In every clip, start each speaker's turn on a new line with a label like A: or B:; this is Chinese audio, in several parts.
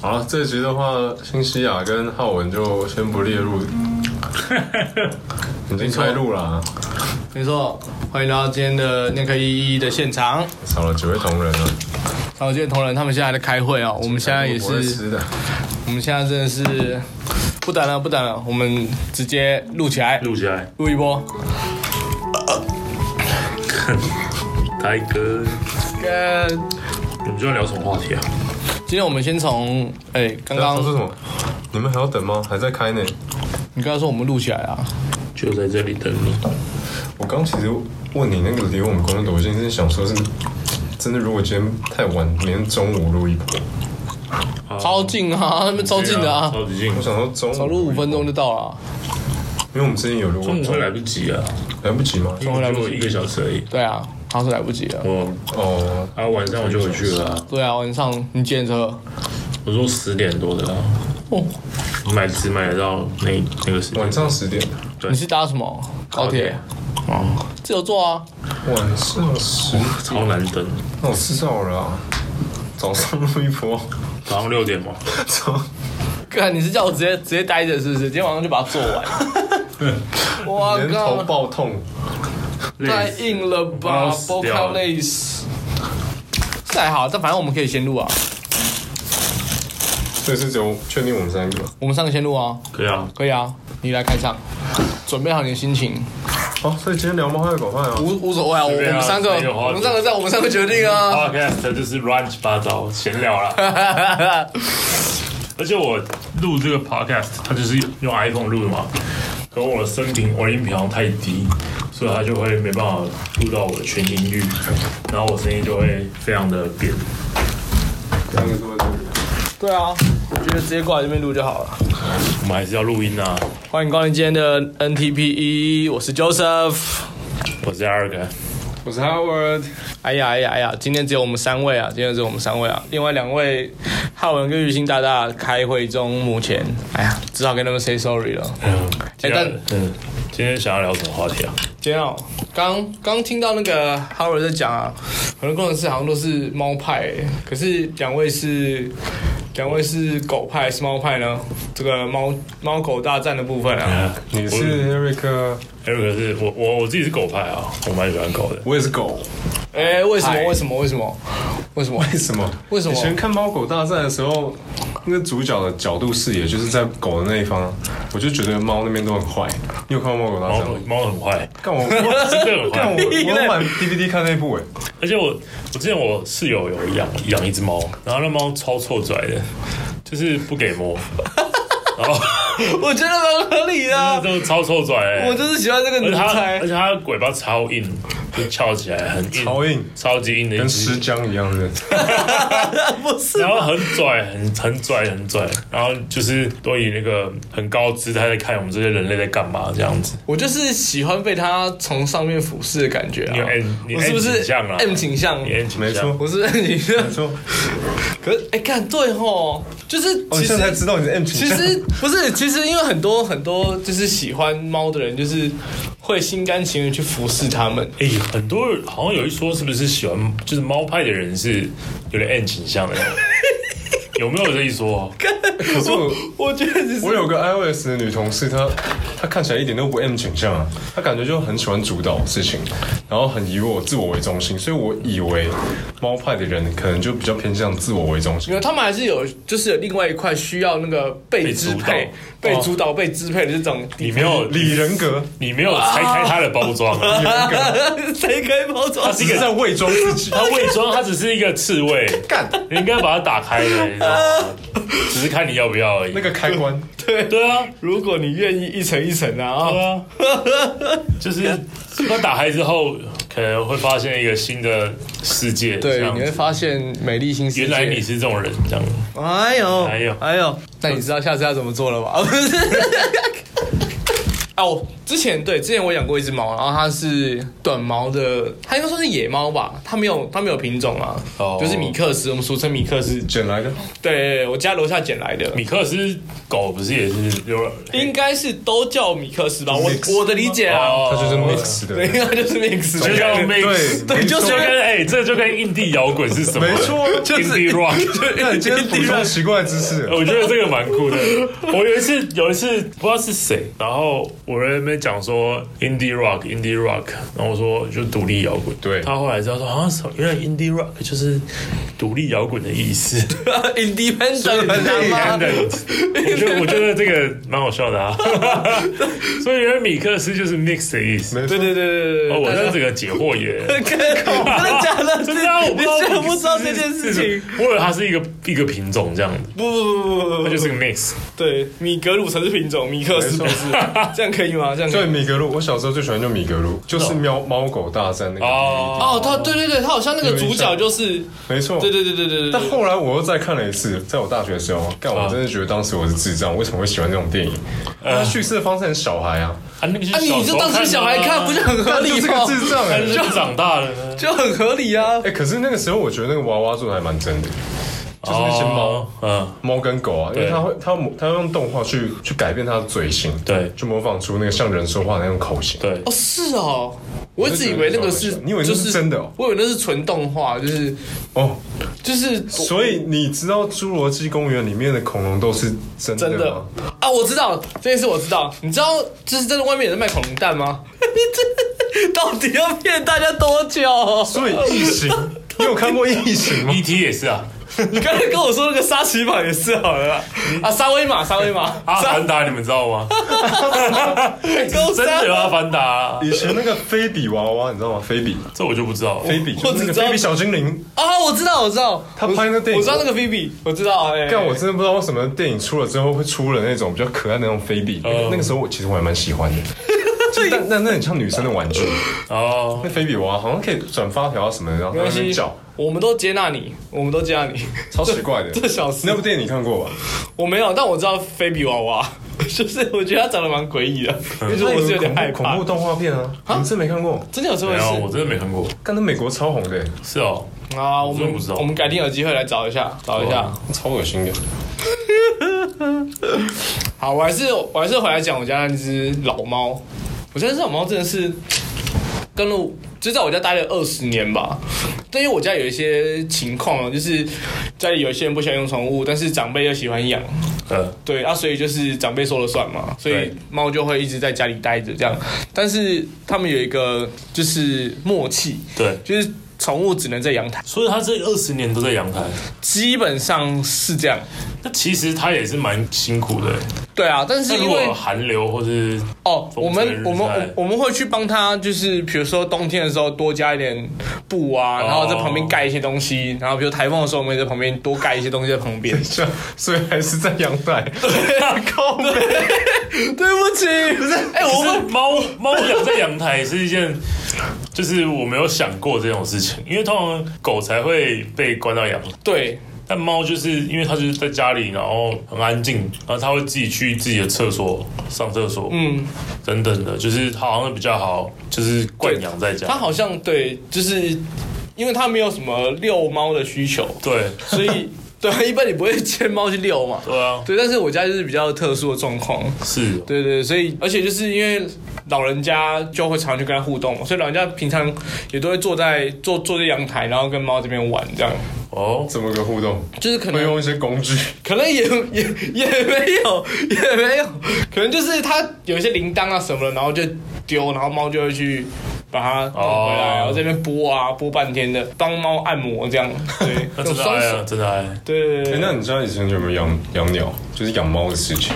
A: 好，这局的话，新西亚跟浩文就先不列 入，已经开录了、啊，
B: 没错，欢迎来到今天的那个一一的现场。
A: 少了几位同仁了，
B: 然后今天同仁他们现在还在开会哦，我们现在也
A: 不会
B: 是，
A: 吃的，
B: 我们现在真的是不等了，不等了，我们直接录起来，
C: 录起来，
B: 录一波。
C: 台哥，
B: 跟
C: 你们就要聊什么话题啊？
B: 今天我们先从，哎，刚
A: 刚
B: 刚
A: 刚说什么？你们还要等吗？还在开呢。
B: 你刚刚说我们录起来啊，
C: 就在这里等你。
A: 我刚其实问你那个离我们公司多近，是想说是真的，如果今天太晚，明天中午录一波。
C: 啊
B: 超近啊， 那边超近的啊，
C: 超级近
A: 我，想说中午
B: 走路五分钟就到了。啊
A: 因为我们之前有录过，
C: 中午会来不及啊，
A: 来不及吗？
C: 中
B: 午来不及
C: 一个小时而已。
B: 对啊，他是来不及了。
C: 我
A: 哦，
C: 啊，晚上我就回去了啊、
B: 对啊，晚上你几点车？
C: 我说十点多的、啊，
B: 哦，
C: 我买只买得到那那个时间
A: 晚。上十点，
B: 你是搭什么高铁？
C: 哦，
B: 自由坐啊。
A: 晚上十，
C: 超难等，
A: 那我迟到哦了啊、早上录一 波，
C: 早上六点嘛，
A: 早。
B: 看你是叫我直接直接待着是不是？今天晚上就把它做 完。我
A: 人头
B: 靠，
A: 爆痛，
C: 累
B: 太
C: 死
B: 硬了吧
C: 我死掉
B: b
C: 了
B: c a l 是还好，但反正我们可以先录啊，
A: 所以是只有确定我们三个吗。
B: 我们三个先录啊，
C: 可以啊，
B: 可以啊，你来开场，准备好你的心情，
A: 哦，所以今天聊猫还有狗饭啊。
B: 无无所谓啊，我我
C: 随便啊
B: 们三个，
C: 谁有话
B: 我们三个在我们三个决定啊，
C: Podcast 就是乱七八糟闲聊 啦。而且我录这个 Podcast，它就是用 iPhone 录的嘛。可我的声频，我的音频好像太低，所以它就会没办法录到我的全音域，然后我声音就会非常的扁。
A: 三个坐在这里。
B: 对啊，我觉得直接过来这边录就好了。
C: 我们还是要录音啊！
B: 欢迎光临今天的 NTP 一，我是 Joseph。
C: 我是 Eric，啊
A: 我是 Howard，
B: 哎呀哎呀哎呀！今天只有我们三位啊，今天只有我们三位啊，另外两位浩文跟玉兴大大开会中，目前哎呀，只好跟他们 say sorry 了。
C: 嗯，
B: 哎但
C: 嗯，今天想要聊什么话题啊？
B: 今天哦，刚刚听到那个浩文在讲啊，很多工程师好像都是猫派、欸，可是两位是两位是狗派还是猫派呢？这个猫猫狗大战的部分啊，
A: 你是 Eric，
C: Eric 是我我我自己是狗派啊，我蛮喜欢狗的。
A: 我也是狗。
B: 哎、为什么？为什么？为什么？为什么？
A: 为什么？
B: 为什么
A: 以前看《猫狗大战》的时候，那个主角的角度视野就是在狗的那一方，我就觉得猫那边都很坏。你有看过《猫狗大
C: 猫
A: 战》吗？
C: 猫很坏，
A: 干 我，我
C: 真的很
A: 干我，
C: 坏。
A: 我都买 DVD 看那部哎。
C: 而且我我之前我室友有养养一只猫，然后那猫超臭拽的，就是不给摸，
B: 我觉得蛮合理的啊、
C: 真的超臭拽、欸。
B: 我就是喜欢这个
C: 而
B: 奴
C: 且它
B: 才
C: 而且。它的尾巴超硬，就翘起来很硬，
A: 超硬
C: 超级硬的一
A: 跟
C: 只
A: 尸，僵一样 的，
B: 不是
C: 然后很拽，很很拽，很拽，然后就是都以那个很高姿态在看我们这些人类在干嘛这样子。
B: 我就是喜欢被他从上面俯视的感觉啊
C: 你有 M，你
B: 我是不是
C: M 倾向啊
B: M 倾向？
C: 你很紧
A: 没
C: 张
A: 错，
B: 我是 M 倾向
A: 没。错。
B: 可是哎，看对吼，就是
A: 哦，
B: 其
A: 你现在才
B: 实
A: 知道你是 M
B: 其
A: 倾向。
B: 实不是，其实因为很多很多就是喜欢猫的人，就是会心甘情愿去服侍它们。
C: 哎、很多人好像有一说，是不是喜欢就是猫派的人是有点 N 倾向的？ 有没有这一说？
A: 可是我
B: 我觉得只是
A: 我有个 iOS 的女同事，她她看起来一点都不 M 倾向啊，她感觉就很喜欢主导事情，然后很以我自我为中心，所以我以为猫派的人可能就比较偏向自我为中
B: 没
A: 心。
B: 有，他们还是有，就是有另外一块需要那个被支配、
C: 被
B: 被
C: 主导哦
B: 主导、被支配的这种地
C: 你
B: 方。
C: 没有
A: 李人格，
C: 你没有拆开它的包装、啊，
B: 谁可以包装？
C: 它是一
A: 你是
C: 个
A: 在伪装自己。
C: 它伪装，它只是一个刺猬，
A: 干
C: 你应该把它打开的，你知道吗？只是看你要不要而已
A: 那。个开关，
C: 对啊，
B: 如果你愿意一层一层啊，啊
C: 对啊，就是它打开之后，可能会发现一个新的世界。这
B: 对，
C: 样
B: 你
C: 子
B: 会发现美丽新世界。
C: 原来你，是这种人，这样。
B: 哎呦，
C: 哎呦
B: 哎呦，那你知道下次要怎么做了吧？啊不是，啊，我之前对之前我养过一只猫，然后它是短毛的，它应该算是野猫吧，它没有它没有品种啊，
C: 哦
B: 就是米克斯，我们俗称米克斯。
A: 捡来的，
B: 对对，对我家楼下捡来的，
C: 米克斯狗不是也是流浪？
B: 应该是都叫米克斯吧，我
A: Mix
B: 我的理解啊，
A: 它就是
C: 哦
A: mix 的
B: 对，，应该就是 mix，
C: 就叫
A: 对
C: mix，
A: 对
B: 就是
C: 就跟哎，这就跟印地摇滚是什么？
A: 没错就是
C: indie rock。
A: 那你今天补充奇怪的知识，
C: 我觉得这个蛮酷的。我有一次，有一次不知道是谁，然后我在那边讲说 indie rock indie rock，然后我说就独立摇滚。
A: 对
C: 他后来知道说好像是原来 indie rock 就是独立摇滚的意思。
B: independent 很难 吗？
C: Independent 我觉得我觉得这个蛮好笑的啊。 所以原来米克斯就是 mix 的意思。
A: 没
B: 对
A: 错，
B: 对对对对
C: 哦，
B: 对，
C: 我
B: 大家
C: 这整个解惑也。
B: 真的假的？
C: 真的啊，我
B: 你居然不知道这件事情？
C: 我以为它是一个一个品种这样子，
B: 不不不不不
C: 它
B: 不，
C: 就是个 mix。
B: 对米格鲁才是品种，米克斯不是，这样可以吗？这样可
A: 对
B: 以吗。
A: 米格鲁，我小时候最喜欢就米格鲁，就是喵猫狗大战那个，
C: 哦
B: 哦，他对对对，他好像那个主角就是，
A: 没错，
B: 对对对对对对
A: 但
B: 对，
A: 后来我又再看了一次，在我大学的时候，干
B: 啊
A: 我真的觉得当时我是智障，为什么会喜欢这种电影？它
B: 呃
A: 叙事的方式很小孩啊，
C: 啊，那个
B: 啊，
C: 啊
B: 你就当成小孩看，不是 很合
A: 但
B: 理
A: 就是
B: 吗
A: 个？智 障哎、
C: 但是长大了 呢，
B: 就很合理啊
A: 哎、，可是那个时候我觉得那个娃娃做的还蛮真的，就是那些猫
C: 哦，嗯，
A: 猫跟狗啊，因为
C: 对
A: 它会它模它用动画去去改变它的嘴型，
C: 对
A: 就模仿出那个像人说话的那种口型。
C: 对
B: 哦，是哦。我一直以为那个是，
A: 你以为那是
B: 就是
A: 真的哦
B: 我以为那是纯动画，就是
A: 哦，
B: 就是
A: 所以你知道《侏罗纪公园》里面的恐龙都是真的吗？
B: 真的啊！我知道这件事，我知道。你知道，就是真的外面有人卖恐龙蛋吗？ 这到底要骗大家多久？
A: 所以异形，你有看过异形吗？
C: ，E.T. 也是啊，
B: 你刚才跟我说那个沙琪玛也是好了啦，啊，沙威玛，沙威玛，
A: 啊
C: 阿凡达你们知 道吗？
B: 跟我
C: 真的有阿凡达啊，
A: 以前那个菲比娃娃，你知道吗？菲比，
C: 这我就不知道了。
A: 菲比，
B: 我
A: 就是那
B: 只
A: 个
B: 知道
A: 菲比小精灵，
B: 啊！我知道，我知道，
A: 他拍那个电影
B: 我知道那个菲比，我知道，哎、
A: 啊但我真的不知道为什么电影出了之后会出了那种比较可爱的那种菲比，那个那个时候我其实我还蛮喜欢 的。就但但那很像女生的玩具，
C: 哦，
A: 那菲比娃好像可以转发条啊什么的，然后
B: 没
A: 在
B: 关
A: 那边
B: 系
A: 叫，，
B: 我们都接纳你，我们都接纳你，
A: 超奇怪的。
B: 这小事
A: 那部电影你看过吧？
B: 我没有，但我知道菲比娃娃， 就是我觉得他长得蛮诡 异的，就是我是有点害
A: 恐
B: 怕
A: 怖。动画片啊，你们真没看过？
B: 真的有这回
C: 没有，我
B: 事
C: 真的没看过。
A: 看那美国超红的，
C: 是哦，
B: 啊？我
C: 真
B: 们
C: 的不知道啊
B: 我们改天有机会来找一下，找一下。
A: 超恶心的。
B: 好，我还是我还是回来讲我家那只老猫。我家那只老猫真的是跟了我，就在我家待了二十年吧。但因为我家有一些情况，就是家里有一些人不喜欢养宠物，但是长辈又喜欢养，
C: 嗯，
B: 对啊，所以就是长辈说了算嘛，所以
C: 对
B: 猫就会一直在家里待着这样。但是他们有一个就是默契，
C: 对，
B: 就是宠物只能在阳台，
C: 所以他这二十年都在阳台，
B: 基本上是这样。
C: 那其实他也是蛮辛苦的。
B: 对啊，但是
C: 那如
B: 因为
C: 果寒流或是
B: 哦，我
C: 风吹
B: 们
C: 日
B: 我们
C: 晒
B: 我我们会去帮他，就是比如说冬天的时候多加一点布啊，
C: 哦
B: 然后在旁边盖一些东西，然后比如台风的时候，我们也在旁边多盖一些东西在旁 边。
A: 像啊所以还是在阳台，
C: 啊
A: 靠背
B: 对不起，不是，哎、我
C: 可是
B: 们
C: 猫猫养在阳台是一件， 就是我没有想过这种事情，因为通常狗才会被关到阳台，
B: 对
C: 但猫就是因为它就是在家里，然后很安静，然后它会自己去自己的厕所上厕所，嗯，等等的，就是它好像比较好，就是惯养在
B: 他
C: 家，
B: 好像对，就是因为他没有什么遛猫的需求，
C: 对
B: 所 以对啊，一般你不会牵猫去遛嘛。
C: 对啊，
B: 对，但是我家就是比较特殊的状况，
C: 是
B: 对对，所以而且就是因为老人家就会常去跟他互动嘛，所以老人家平常也都会坐在坐坐在阳台，然后跟猫这边玩这样，
C: 哦，
A: 怎么个互动？
B: 就是可
A: 会
B: 能
A: 用一些工具，
B: 可能也也也没有 也没有，可能就是它有一些铃铛啊什么的，然后就丢，然后猫就会去。把它弄回来，
C: 哦
B: 然后这边拨啊拨半天的，帮猫按摩这样，对，用
C: 那真的
B: 双
C: 爱
B: 手
C: 啊，，真的爱，
B: 对对
A: 哎、
B: 对，
A: 那你知道以前有没有养养鸟，就是养猫的事情？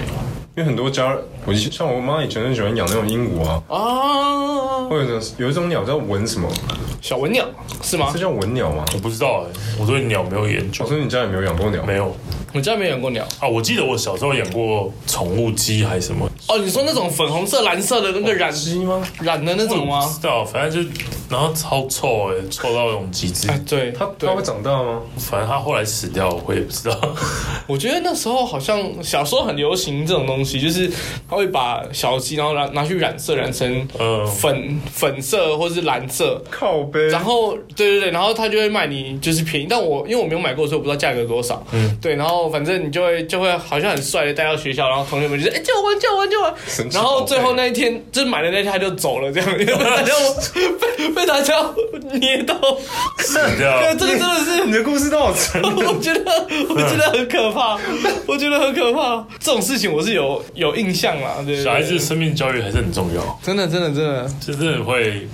A: 因为很多家，我以前像我妈以前很喜欢养那种鹦鹉啊，
B: 啊，
A: 或者哦有一种有一种鸟叫蚊什么，
C: 啊
B: 小文鸟是吗
A: 这？叫蚊鸟吗？
C: 我不知道哎、我对鸟没有研究
A: 我，说你家有没有养过鸟？
C: 没有
B: 我家没养过鸟。
C: 啊，我记得我小时候养过宠物鸡还是什么。
B: 哦，你说那种粉红色、蓝色的那个染
A: 鸡吗？
B: 染的那种
C: 我不
B: 吗？
C: 知道，反正就然后超臭哎、臭到那种极致。
B: 哎，对，
A: 它
B: 对
A: 它会长大吗？
C: 反正他后来死掉，我也不知道。
B: 我觉得那时候好像小时候很流行这种东西，就是他会把小鸡，然后拿拿去染色，染成
C: 嗯
B: 粉粉色或是蓝色，
A: 靠背，
B: 然后对对对，然后他就会卖你就是便宜，但我因为我没有买过，所以我不知道价格多少。嗯，对，然后反正你就会就会好像很帅的带到学校，然后同学们就说：“哎、借我玩，借我玩，借我玩。
A: 神”奇
B: 然后最
A: 宝
B: 后
A: 贝
B: 那一天就是买的那天他就走了，这样，因为 被大家被被大家 捏到，
A: 嗯
C: 死掉，
B: 这个真的是。
A: 你的故事都好沉
B: 我觉得，我觉得很可 怕，我觉得很可怕。这种事情我是有有印象啦，对对对
C: 小孩子生命教育还是很重要，
B: 真的真的真的
C: 就真的会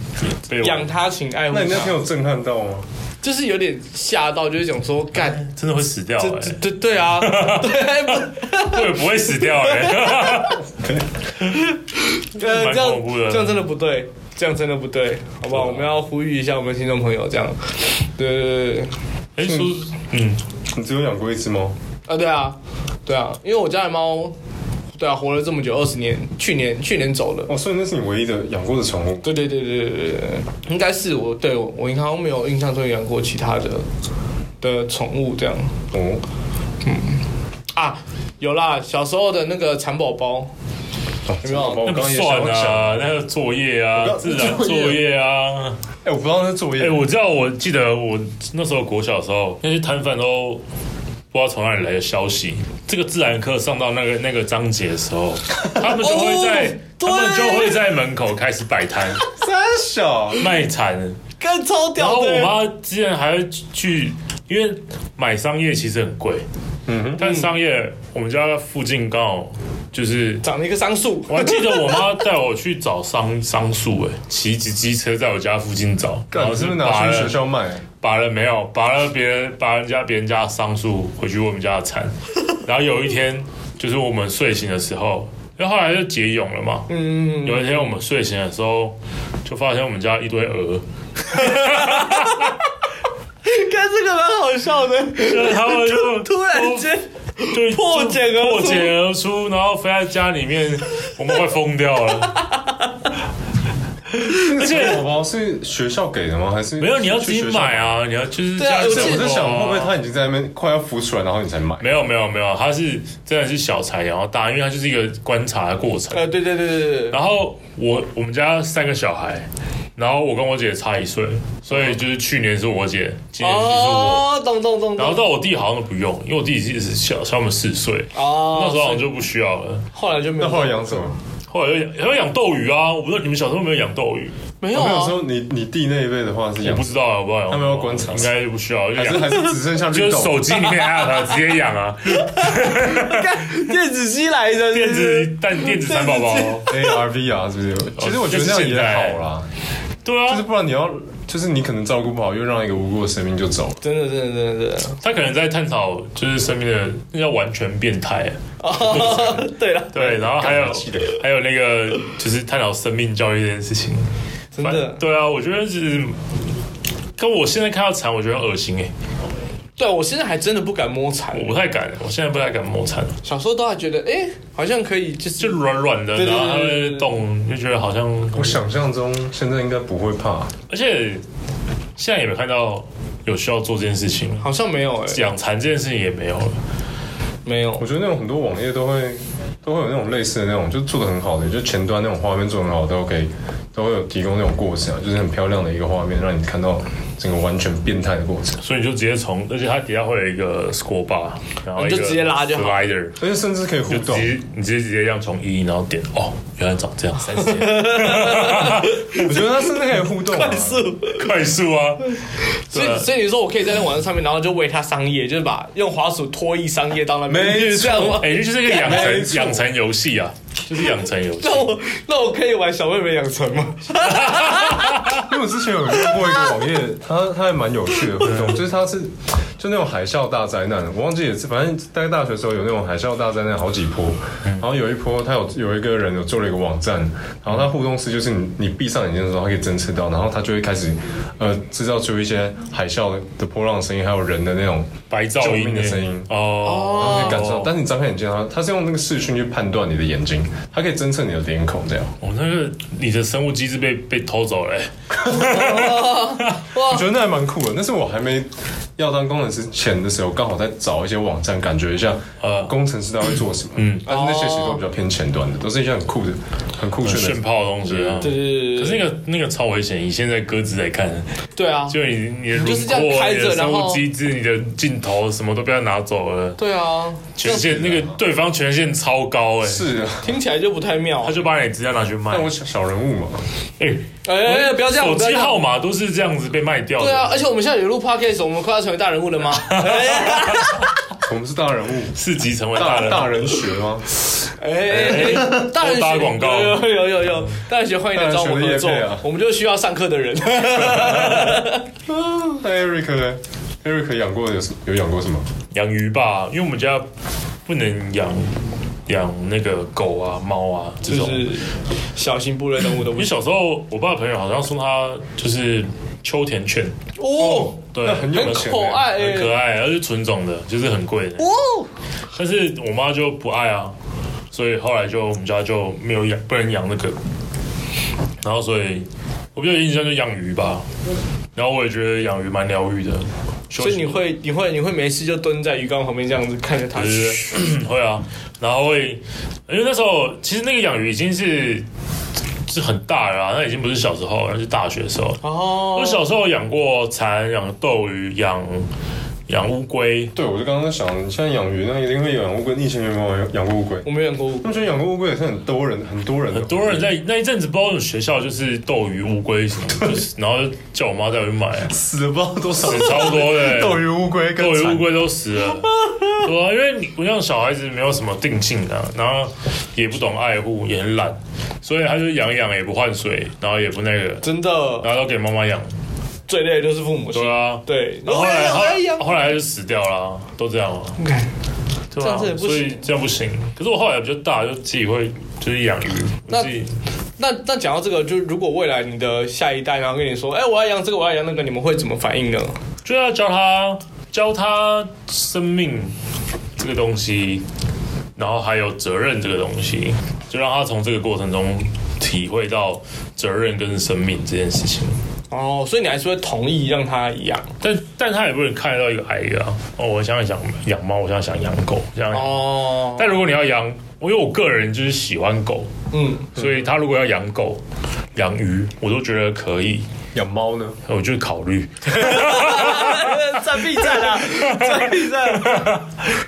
C: 被我
B: 养，他，请爱护
A: 那你那天
B: 他，
A: 有震撼到吗？
B: 就是有点吓到，就是想说干。
C: 真的会死掉
B: 这
C: 哎、
B: 这对对 啊，对，
C: 会不会死掉哎、
B: 不呃，
C: 蛮
B: 这样
C: 恐怖的
B: 这样真的不对，这样真的不对，好不好？我们要呼吁一下我们的听众朋友，这样，对对对对，
C: 哎、说嗯，
A: 你只有养过一只猫？
B: 啊，对啊，对啊，因为我家的猫，对啊，活了这么久，二十年，去年去年走了。
A: 哦，所以那是你唯一的养过的宠物。
B: 对对对对对对对，应该是我对我我好像没有印象中养过其他的的宠物这样
A: 哦，
B: 啊，有啦，小时候的那个蚕宝宝，有没有？
A: 我
C: 啊嗯那
A: 刚
C: 不
A: 刚也
C: 算
A: 想想，
C: 啊，那个作业啊
A: 我，刚
C: 自然作业啊。
A: 哎，我不知道那是作业
C: 哎、。我知道，我记得我那时候国小的时候，那些摊贩都不知道从哪里来的消息。这个自然课上到那个那个章节的时候，他们就会在、
B: 哦对
C: 他们就会在门口开始摆摊
A: 三小，
C: 卖惨。
B: 干超
C: 然
B: 屌
C: 后
A: 哦
B: 的，
C: 哦我妈之前还会去，因为买商业其实很贵，嗯，但商业我们家附近刚好 就是
B: 长了一棵桑树，
C: 我还记得我妈带我去找桑桑树，哎，骑着机车在我家附近找，然
A: 干
C: 后
A: 你是不是
C: 拔
A: 拿去
C: 了
A: 学校卖？
C: 拔了没有，拔了别人拔人家别人家的桑树回去我们家的 蚕，然后有一天就是我们睡醒的时候，因为后来就结蛹了嘛，嗯，有一天我们睡醒的时候就发现我们家一堆 鹅，
B: 看这个蛮好笑的，
C: 就是他们 就
B: 突然间
C: 就
B: 破茧而出
C: 破茧而出，然后飞在家里面，我们快疯掉了。而且
A: 宝宝是学校给的吗？还是
C: 没有，你要自己买
A: 啊？
C: 啊！你要就是
B: 对啊
C: 家里
B: 而且
A: 我在想，
C: 有啊
A: 会不会它已经在那边快要孵出来，然后你才买？
C: 没有啊没有没有，它是真的是小才然后大，因为它就是一个观察的过程。
B: 呃，对对对对对对，
C: 然后我我们家三个小孩，然后我跟我姐差一岁，所以就是去年是我姐，今年就是我。
B: 哦，懂懂懂
C: 然后
B: 懂，
C: 到我弟好像都不用，因为我弟是小小我们四岁，
B: 哦
C: 那时候好像就不需要了。
B: 后来就没
A: 那
B: 有，
A: 后来养什么？
C: 后来有养，还有养斗鱼啊！我不知道你们小时候有没有养斗鱼，
B: 没有
A: 我有时
B: 啊，
A: 候你你弟那一辈的话是
C: 我
A: 养
C: 不，知道啊，我不知道养什么。
A: 他们要观察
C: 应该就不需要，就
A: 还是
C: 养
A: 还是只剩下
C: 就
A: 绿
C: 是
A: 豆？
C: 手机里面还有它，直接 养啊。
B: 干电子机来着，
C: 电
B: 是
C: 子但电子蚕宝宝，
A: ARV 啊，是不 是？其实我觉得那样也好啦，
C: 对
A: 就是
C: 啊，
A: 不然你要，就是你可能照顾不好，又让一个无辜的生命就走了。
B: 不是真的真的真的真的，
C: 他可能在探讨就是生命的那叫完全变态。啊
B: 哦，对了，
C: 对，然后还有
A: 干嘛记得
C: 还有那个就是探讨生命教育这件事情。
B: 真
C: 反
A: 嗯
B: 的。
C: 对啊，我觉得是跟我现在看到蚕，我觉得很恶心哎、
B: 对，我现在还真的不敢摸蚕，
C: 我不太敢，我现在不太敢摸蚕，
B: 小时候都还觉得，哎、好像可以，就是
C: 就软软的，
B: 对对
C: 然后它
B: 对对对
C: 会动，就觉得好像，
A: 我想象中现在应该不会怕，
C: 而且现在也没看到有需要做这件事情，
B: 好像没有、哎，
C: 养蚕这件事情也没有了。
B: 没有
A: 我，觉得那种很多网页都会都会有那种类似的那种，就是做的很好的，就前端那种画面做得很好，都可以都会有提供那种过程啊，就是很漂亮的一个画面，让你看到整个完全变态的过程。
C: 所以你就直接从，而且它底下会有一个 score bar，然后
B: 哦你就
C: 一个
B: 直接拉就好
C: slider，
A: 而且甚至可以互
C: 就
A: 动，
C: 直接你直接直接这样从一，然后点哦，原来长这样，三十天
A: 我觉得它甚至可以互动、啊，
C: 快 速啊！
B: 所以所以你说我可以在那网站上面，然后就为它商业，就是把用滑鼠拖一商业到那边，
A: 没
B: 是这样吗？
C: 哎、这就是一个养
A: 没
C: 成
A: 错
C: 养成游戏啊，就是养成游戏。
B: 那我那我可以玩小妹妹养成吗？
A: 因为我之前有用过一个网页， 它它还蛮有趣的互动，就是它是就那种海啸大灾难，我忘记也是，反正在大学的时候有那种海啸大灾难好几波，然后有一波它有有一个人有做了一个网站，然后它互动式就是你你闭上眼睛的时候，它可以侦测到，然后它就会开始呃制造出一些海啸的波浪的声音，还有人的那种
C: 白噪
A: 救
C: 音
A: 命的声音
C: 哦，
A: 然后就感受到
C: 哦
A: 但是你张开眼睛，它它是用那个视讯去判断你的眼睛，它可以侦测你的脸孔这样。
C: 我、哦那个你的生物机制被被偷走了、欸，
A: 我觉得那还蛮酷的。那是我还没要当工程师前的时候，刚好在找一些网站，感觉一下
C: 呃
A: 工程师他会做什么。嗯，但是那些其实都比较偏前端的，都是一些很酷的、很酷炫的
C: 炫。炮的东西啊。
B: 对对对对
C: 可是那个那个超危险，以现在鸽子来看，
B: 对啊，
C: 就你你的轮廓、
B: 就是这样开着
C: 你的
B: 然
C: 生
B: 后
C: 物机制、你的镜头什么都被他拿走了，
B: 对啊，
C: 权限那个对方权限超高哎、
A: 是啊，
B: 听起来就不太妙
C: 他。就把你资料拿去卖
A: 但。我小小人物嘛，
C: 哎、
B: 哎哎，哎不要这样，
C: 手
B: 不要
C: 机
B: 这样
C: 号码都是这样子被卖掉的。
B: 对啊，而且我们现在有录 podcast，我们快要成为大人物了吗？哎
A: 我们是大人物，
C: 四级成为大
A: 大
C: 人，
A: 大人学 吗？
B: 哎，哎大人
C: 多打广告
B: 有有有有，大人学欢迎来找我们合作
A: 大人学的业配啊，
B: 我们就需要上课的人。
A: 啊那，Eric 呢？Eric 养过有什有养过什么？
C: 养鱼吧，因为我们家不能养养那个狗啊、猫啊这
B: 就
C: 种。
B: 是小型部落动物都
C: 我
B: 不
C: 们
B: 行
C: 小时候，我爸的朋友好像送他就是秋田犬，
B: 哦，
C: 对，
A: 那很有钱
B: 可爱哎
C: 很可爱，而且纯种的，就是很贵的。
B: 哦，
C: 但是我妈就不爱啊，所以后来就我们家就没有养，不能养那个。然后所以我比较有印象就养鱼吧，然后我也觉得养鱼蛮疗愈的。所
B: 所以你会你会你会没事就蹲在鱼缸旁边这样子看着它。
C: 就是 会啊，然后会，因为那时候其实那个养鱼已经是是很大了、啊，那已经不是小时候，那是大学的时候。
B: 哦
C: 我，小时候养过蚕，养斗鱼，养养乌龟，
A: 对，我就刚刚在想，你现在养鱼，那一定会养乌龟。你以前有没有养过乌龟？
B: 我没养过乌
A: 那我觉得养过乌龟也是很多人，很多人的，
C: 很多人
A: 嗯
C: 在那一阵子不知道为什么学校就是斗鱼、乌龟什么，就是然后就叫我妈带我去买、
A: 死了不知道多 少
C: 死超多 的、
A: 斗鱼乌龟跟
C: 斗鱼
A: 蚕
C: 乌龟都死了。对啊，因为你不像小孩子没有什么定性的、啊然后也不懂爱护，也很懒，所以他就养一养也不换水，然后也不那个，
B: 真的
C: 然后都给妈妈养。
B: 最累的就是父母亲
C: 对。啊，。
B: 对，
C: 然后后来
B: 哎呀哎呀
C: 他后来他就死掉了，啊都这样了。
B: 这
C: 对啊
B: 样子也，不行
C: 所以这样不行。可是我后来比较大，就自己会就是养鱼，
B: 那
C: 我自己
B: 那那讲到这个，就是如果未来你的下一代然后跟你说，哎、我要养这个，我要养那个，你们会怎么反应呢？
C: 就要教他教他生命这个东西，然后还有责任这个东西，就让他从这个过程中体会到责任跟生命这件事情。
B: 哦，所以你还是会同意让他养
C: 但但他也不能看到一个矮的啊！哦，我现在想养猫，我现在想养狗，这样。
B: 哦，
C: 但如果你要养，我因为我个人就是喜欢狗，
B: 嗯，
C: 所以他如果要养狗、养鱼，我都觉得可以，
A: 养猫呢？
C: 我就考虑。
B: 战必战 啊，战必战。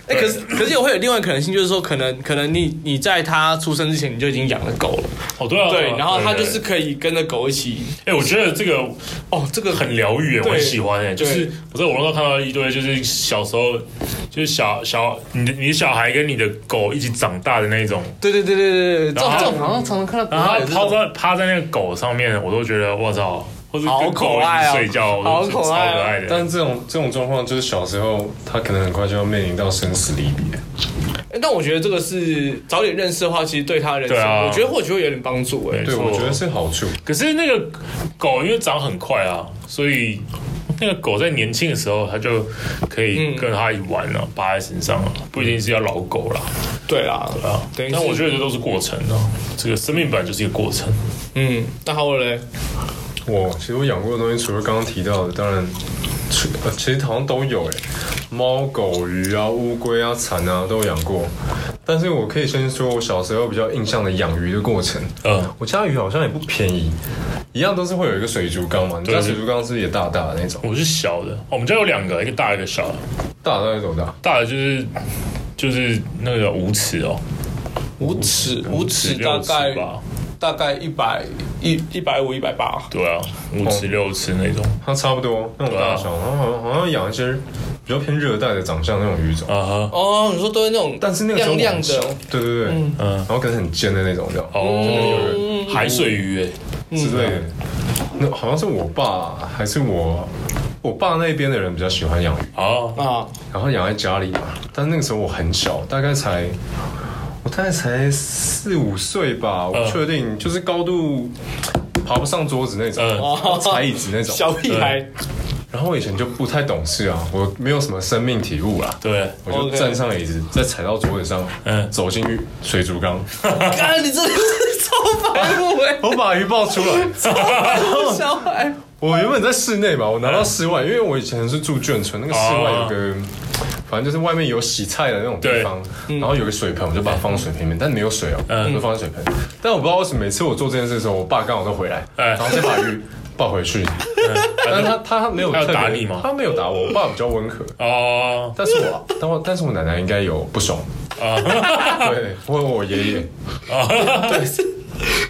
B: 哎、可是可是也会有另外可能性，就是说，可能可能你你在他出生之前你就已经养了狗了，
C: 哦，对啊，
B: 对，然后他
C: 对
B: 就是，可以跟着狗一起。
C: 哎、我觉得这个
B: 哦，这个
C: 很疗愈耶，我
B: 对
C: 很喜欢哎。就
B: 对
C: 是我在网络上看到一堆，就是小时候，就是小小你的你小孩跟你的狗一起长大的那种，
B: 对对对对对对，这种
C: 然后
B: 这种好像常常看到国
C: 然后
B: 外
C: 啊他
B: 有这种，
C: 趴在趴在那个狗上面，我都觉得我操，或者
B: 好
C: 跟
B: 可
C: 狗一
B: 爱哦
C: 起睡觉，我都
B: 好
C: 觉得
B: 可爱哦
C: 啊超可爱啊的。
A: 但这种这种状况，就是小时候他可能很快就要面临到生死离别。
B: 哎但我觉得这个是早点认识的话，其实对他的人生，
C: 对啊
B: 我觉得或许会有点帮助哎、
C: 没
A: 对，
C: 错
A: 我觉得是好处。
C: 可是那个狗因为长很快啊，所以那个狗在年轻的时候，它就可以跟它一起玩了、趴在身上啊，不一定是要老狗啦，
B: 对啦，
C: 对啊。
B: 等于
C: 但
B: 是
C: 我觉得这都是过程啊，这个生命本来就是一个过程。
B: 嗯，那好了嘞，
A: 我其实我养过的东西，除了刚刚提到的，当然，除呃，其实好像都有诶，猫、狗、鱼啊、乌龟啊、蚕啊都有养过。但是我可以先说，我小时候比较印象的养鱼的过程。
C: 嗯，
A: 我家鱼好像也不便宜，一样都是会有一个水族缸嘛。你家
C: 对
A: 水族缸是不是也大大的那种？
C: 我是小的，哦我们家有两个，一个大一个小的，
A: 大的大概多大？
C: 大的就是就是那个叫五尺哦，
B: 五尺五尺大
C: 六尺
B: 概
C: 吧，
B: 大概一百一一百五一百八，
C: 对啊，五尺六尺那种
A: 它差不多那种大小，
C: 啊
A: 然后好像好像养一些比较偏热带的长相那种鱼种。
C: 啊哈，
B: 哦，你说都是那种，
A: 但是那个时候
B: 亮
A: 我
B: 亮
A: 很小
B: 的，
A: 对对对，嗯，然后可能很尖的那种，这样
C: 哦，海水鱼哎，
A: 之类的。
B: 嗯
A: 那好像是我爸还是我，我爸那边的人比较喜欢养鱼，
C: 啊，
B: 啊，
A: 然后养在家里嘛。但那个时候我很小，大概才我大概才四五岁
B: 嗯
A: 吧，我不确定，就是高度爬不上桌子那种，
C: 嗯
B: 哦
A: 要踩椅子那种。
B: 小屁孩，
A: 然然后我以前就不太懂事啊，我没有什么生命体悟啦。
C: 对，
A: 我就
B: OK
A: 站上椅子，再踩到桌子上，
C: 嗯
A: 走进浴水族 缸，
B: 啊，你真的是超白目哎，
A: 我把鱼抱出来。
B: 小孩。
A: 我原本在室内嘛，我
C: 嗯
A: 拿到室外，因为我以前是住眷村，那个
C: 哦
A: 室外有个，反正就是外面有洗菜的那种地方，嗯然后有个水盆，我就把它放水盆
C: 嗯
A: 里面，但没有水哦、我就放在水盆。但我不知道为什么每次我做这件事的时候，我爸刚好都回来，
C: 哎
A: 然
C: 嗯
A: 后再把鱼抱回去。但他他没有
C: 他有
A: 特别
C: 打你吗
A: 他没有打我，我爸比较温和。
C: 哦，
A: 但是我，但我但是我奶奶应该有不爽
C: 哦
A: 啊， 对，我我爷爷，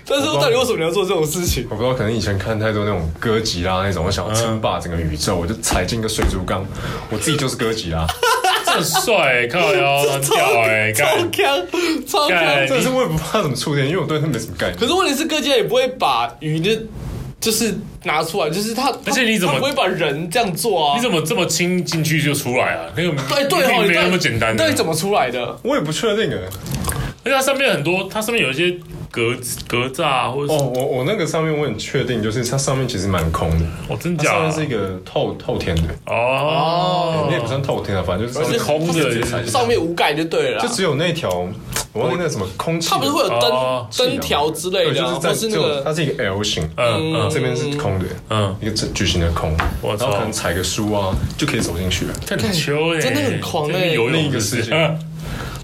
B: 但是到底为什么你要做这种事情？
A: 我不知道，可能以前看太多那种哥吉拉那种，我想要
C: 嗯
A: 称霸整个宇宙，我就踩进一个水族缸，我自己就是哥吉 拉，
C: 这很帅欸，靠腰，很屌哎，
B: 超
C: 干，
B: 强，超强
C: 干！
A: 但是我也不怕怎么触电，因为我对它没什么概念
B: 可。是问题是，各界也不会把鱼的，就是拿出来，就是他，
C: 而且你怎么
B: 他不会把人这样做啊？
C: 你怎么这么轻进去就出来啊？那个
B: 对对哦，
C: 并
B: 你
C: 没
B: 到
C: 有
B: 底
C: 那么简单
B: 你
C: 的，
B: 到底怎么出来的？
A: 我也不确定哎。
C: 而且它上面很多，它上面有一些格子格栅啊或者
A: 哦，
C: 是
A: 我我那个上面我很确定，就是它上面其实蛮空的，
C: 哦，真
A: 它
C: 假
A: 上
C: 啊
A: 面是一个透透天的，
C: 哦，
A: 那也不算透天啊，反正就是上
C: 是
A: 面
C: 空的
A: 直接踩进去
B: 上面无盖就对了啦啊
A: 就。只有那条，我忘记那个什么空气的，啊
B: 它不是会有
C: 哦
B: 灯灯条之类
A: 对，
B: 的
A: 就
B: 啊，
A: 是
B: 或
A: 在
B: 是那
A: 只有它
B: 个
A: 是一个 L 型，
C: 嗯嗯
A: 这边是空的，
C: 嗯
A: 一个正巨型的空，
C: 我
A: 然
C: 操
A: 后可能踩个书啊就可以走进去了。
C: 这很秋哎，
B: 真的很狂欸
C: 这是游
A: 另一
C: 泳
A: 个
C: 的
A: 事
C: 事
A: 情
C: 情，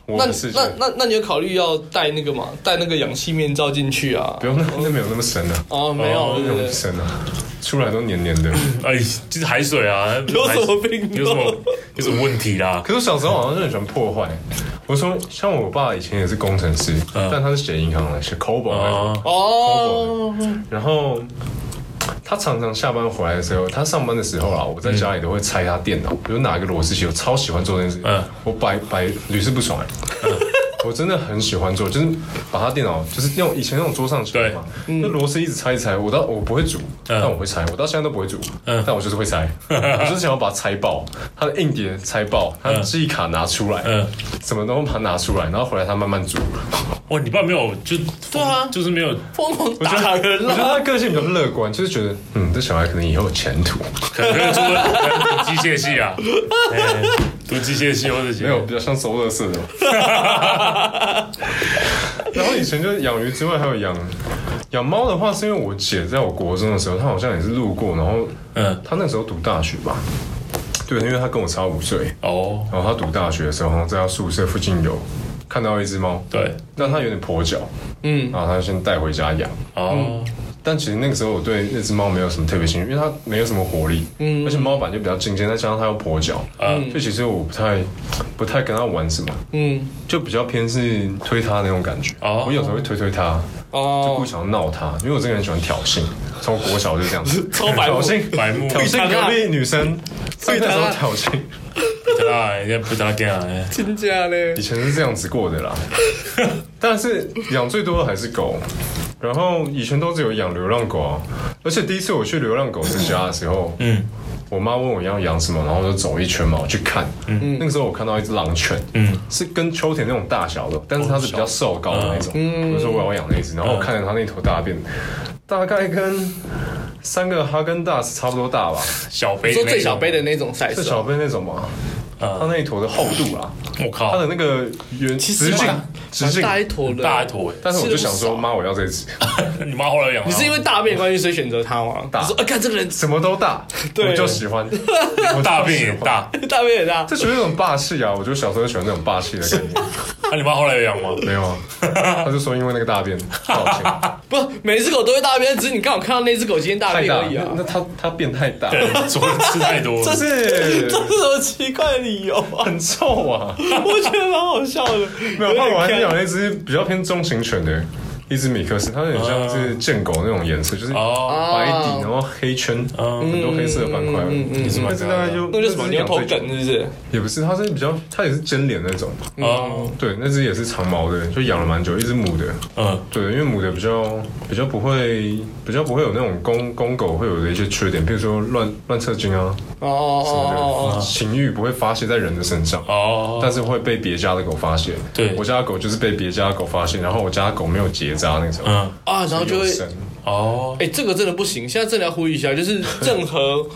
A: 我
B: 那
A: 的事情
B: 那那那你有考虑要戴那个吗？戴那个氧气面罩进去啊
A: 不？用，那那没有那么深啊，
B: 哦，没有，
C: 哦
B: 对
A: 没有
B: 对
A: 那
B: 对
A: 么深啊，出来都黏黏的。
C: 哎，就是海水啊，
B: 有什么病
C: 有什么有什么问题啦？
A: 可是我小时候好像就很喜欢破坏。我说，像我爸以前也是工程师，
B: 嗯
A: 但他是写银行的，写 COBOL 的。
C: 哦，
B: 哦，
A: 然后他常常下班回来的时候，他上班的时候啦，我在家里都会拆他电脑，比如拿一个螺丝起，我超喜欢做这件事。
C: 嗯
A: 我百百屡试不爽、欸。我真的很喜欢做，就是把他电脑，就是那种以前那种桌上型的嘛，那螺丝一直拆一拆，我到我不会煮，
C: 嗯
A: 但我会拆，我到现在都不会煮，但我就是会 拆，我就是想要把它拆爆，它的硬碟拆爆，它的记忆卡拿出来，
C: 嗯
A: 什么都把它拿出来，然后回来它慢慢煮。
C: 哇，你爸没有就
B: 对啊
C: 就是没有，
B: 疯狂打
A: 我
B: 人
A: 觉得
B: 了。
A: 他的个性比较乐观，就是觉得嗯，这小孩可能以后有前途。
C: 可能没有出过可能读机械系啊，哎读机械系或者
A: 没有，比较像收乐 色的。然后以前就是养鱼之外，还有养养猫的话，是因为我姐在我国中的时候，她好像也是路过，然后
C: 嗯
A: 她那时候读大学吧，对，因为她跟我差五岁，
C: 哦，
A: 然后她读大学的时候，好像在她宿舍附近有看到一只猫，
C: 对
A: 但她有点跛脚，嗯，然后她就先带回家养，
C: 哦，
A: 但其实那个时候我对那只猫没有什么特别兴趣，因为它没有什么活力，嗯，而且猫板就比较近见，再加上它又跛脚，嗯，所以其实我不太不太跟它玩什么，
B: 嗯，
A: 就比较偏是推它那种感觉。
C: 哦
A: 我有时候会推推它，就
B: 哦
A: 不，想要闹它，因为我这个人喜欢挑衅，从国小就这样子，
B: 超 白目
A: 挑衅
C: 白目
A: 挑衅隔壁女生，所以那时候挑衅，
C: 不啦，人家不搭干啊，哎
B: 真假嘞
A: 以？前是这样子过的啦。 但是养最多的还是狗，然后以前都只有养流浪狗啊。而且第一次我去流浪狗之家的时候，嗯，我妈问我要养什么，然后我就走一圈嘛，我去看。嗯，那个时候我看到一只狼犬，嗯，是跟秋田那种大小的，但是它是比较瘦高的那种。嗯，我就说我要养那只，然后我看着它那坨大便，大概跟三个哈根达斯差不多大吧，
C: 小杯
B: 你说最小
C: 杯
B: 杯的，那种赛
A: 是啊
B: 事，
A: 小杯那种嘛。它那一坨的厚度啦，它
C: 我靠
A: 的，那个圆
B: 其
A: 直
B: 实
A: 径
B: 蛮
A: 直径
B: 蛮大一坨的，
C: 大一坨
A: 但是我就想
B: 吃得
A: 说，
B: 不少
A: 妈，我要这只，
C: 哎，你妈后来养吗，
B: 你是因为大便的关系所以选择它吗？
A: 大
B: 你说，哎，看这个人
A: 什么都大，
B: 对
A: 我就喜欢，我就
C: 大便
A: 喜
C: 也
A: 欢，
C: 大，
B: 大便也大
A: 这，属于那种霸气啊！我就小时候喜欢那种霸气的感 觉，
C: 那你妈后来有养吗？
A: 没有啊？他就说因为那个大便，抱歉，
B: 不，每只狗都会大便，只是你刚好看到那只狗今天大
A: 太
B: 便
A: 大
B: 而已啊
A: 了，。那他他便太大，
C: 对，昨天吃太多了，
A: 是
B: 这是什么奇怪的理由啊？
A: 很臭啊！
B: 我觉得蛮好笑的。
A: 没有，那我还是
B: 点
A: 养
B: 干
A: 了一只比较偏中型犬的。一只米克斯，它有点像是贱狗那种颜色，就是
C: 哦，
A: 白底，然后黑圈，
B: 嗯
A: 很多黑色的斑块。那只大概就
B: 那个是什么
A: 只
B: 牛
A: 养
B: 头
A: 最久
B: 梗是不是？
A: 也不是，它是比较，它也是尖脸那种。
B: 嗯
C: 哦，
A: 对，那只也是长毛的，就养了蛮久，一只母的。
C: 嗯，
A: 对，因为母的比较比较不会，比较不会有那种公公狗会有的一些缺点，譬如说乱乱射精啊，
B: 哦哦
A: 对
B: 哦
A: 情欲不会发泄在人的身上。
C: 哦，
A: 但是会被别家的狗发现，
C: 对
A: 我家的狗就是被别家的狗发现，然后我家的狗没有结扎那种，
C: 嗯，
B: 哦啊，然后就会
A: 有神
C: 哦，
B: 哎、这个真的不行！现在真的要呼吁一下，就是 任何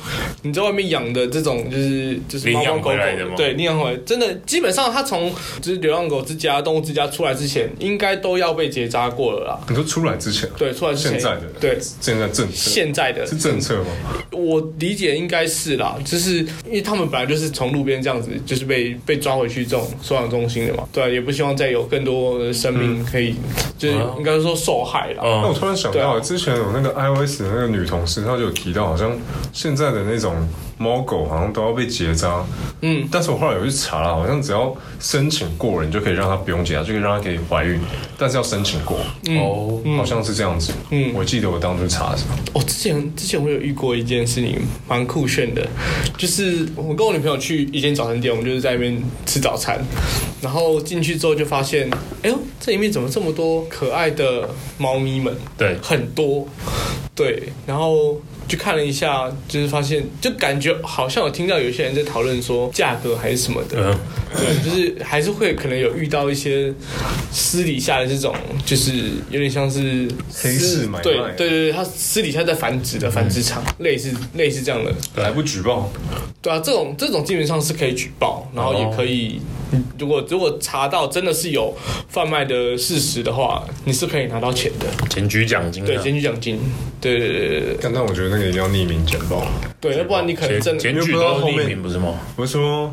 B: 你在外面养的这种，就是就是猫
C: 领养
B: 猫狗
C: 回来的吗
B: 狗，对，领养回来，真的基本上它从就是流浪狗之家、动物之家出来之前，应该都要被结扎过了啦。
A: 你说出来之前，
B: 对，出来之前，
A: 现在的
B: 对
A: 现在政策
B: 现在的
A: 是政策吗？
B: 我理解应该是啦，就是因为他们本来就是从路边这样子，就是被被抓回去这种收养中心的嘛，对啊、也不希望再有更多的生命可以，就是
C: 哦
B: 应该说受害啦。
A: 那我
C: 嗯，
A: 突然想
B: 对
A: 到，
B: 啊
A: 之前有那个 iOS 的那个女同事，她就有提到，好像现在的那种猫狗好像都要被结扎。嗯，但是我后来有去查了，好像只要申请过了，你就可以让它不用结扎，就可以让它可以怀孕，但是要申请过。
C: 哦，
A: 好像是这样子。嗯，我记得我当初查的时候，
B: 哦我、之前之前我有遇过一件事情，蛮酷炫的，就是我跟我女朋友去一间早餐店，我们就是在那边吃早餐，然后进去之后就发现，哎呦，这里面怎么这么多可爱的猫咪们？
C: 对
B: 很多，对，然后。就看了一下，就是发现，就感觉好像有听到有些人在讨论说价格还是什么的，
C: 嗯，
B: 对，就是还是会可能有遇到一些私底下的这种，就是有点像是
A: 黑市买卖嗯
B: 对对对对，他私底下在繁殖的繁殖场，类似类似这样的，
A: 来不举报，
B: 对啊，这种这种基本上是可以举报，然后
C: 哦
B: 也可以，
A: 嗯
B: 如果如果查到真的是有贩卖的事实的话，你是可以拿到钱的，
C: 检举奖金啊，
B: 对，检举奖金，对对对对对
A: 但但我觉得那个一定要匿名简报。
B: 对，要不然你可能真的
C: 检，检举都
A: 因
C: 是
A: 为不知道后
C: 匿
A: 面
C: 名不是吗？
A: 我是说，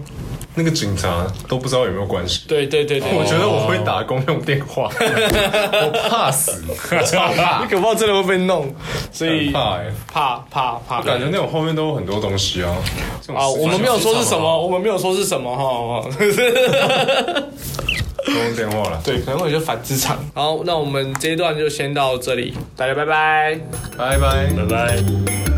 A: 那个警察都不知道有没有关系。
B: 对对对对，
A: 我觉得我会打公用电话，哦 我怕死，超怕
B: 你，可不知道真的会被弄，所以
A: 很怕哎、
B: 怕怕怕，
A: 感觉那种后面都有很多东西啊。这种
B: 啊，我们没有说是什
C: 市场啊
B: 么，我们没有说是什么哈。 哈
A: 公用电话了，
B: 对，可能会有些反职场。好，那我们这一段就先到这里，大家拜拜。
A: 拜拜。
C: 拜拜。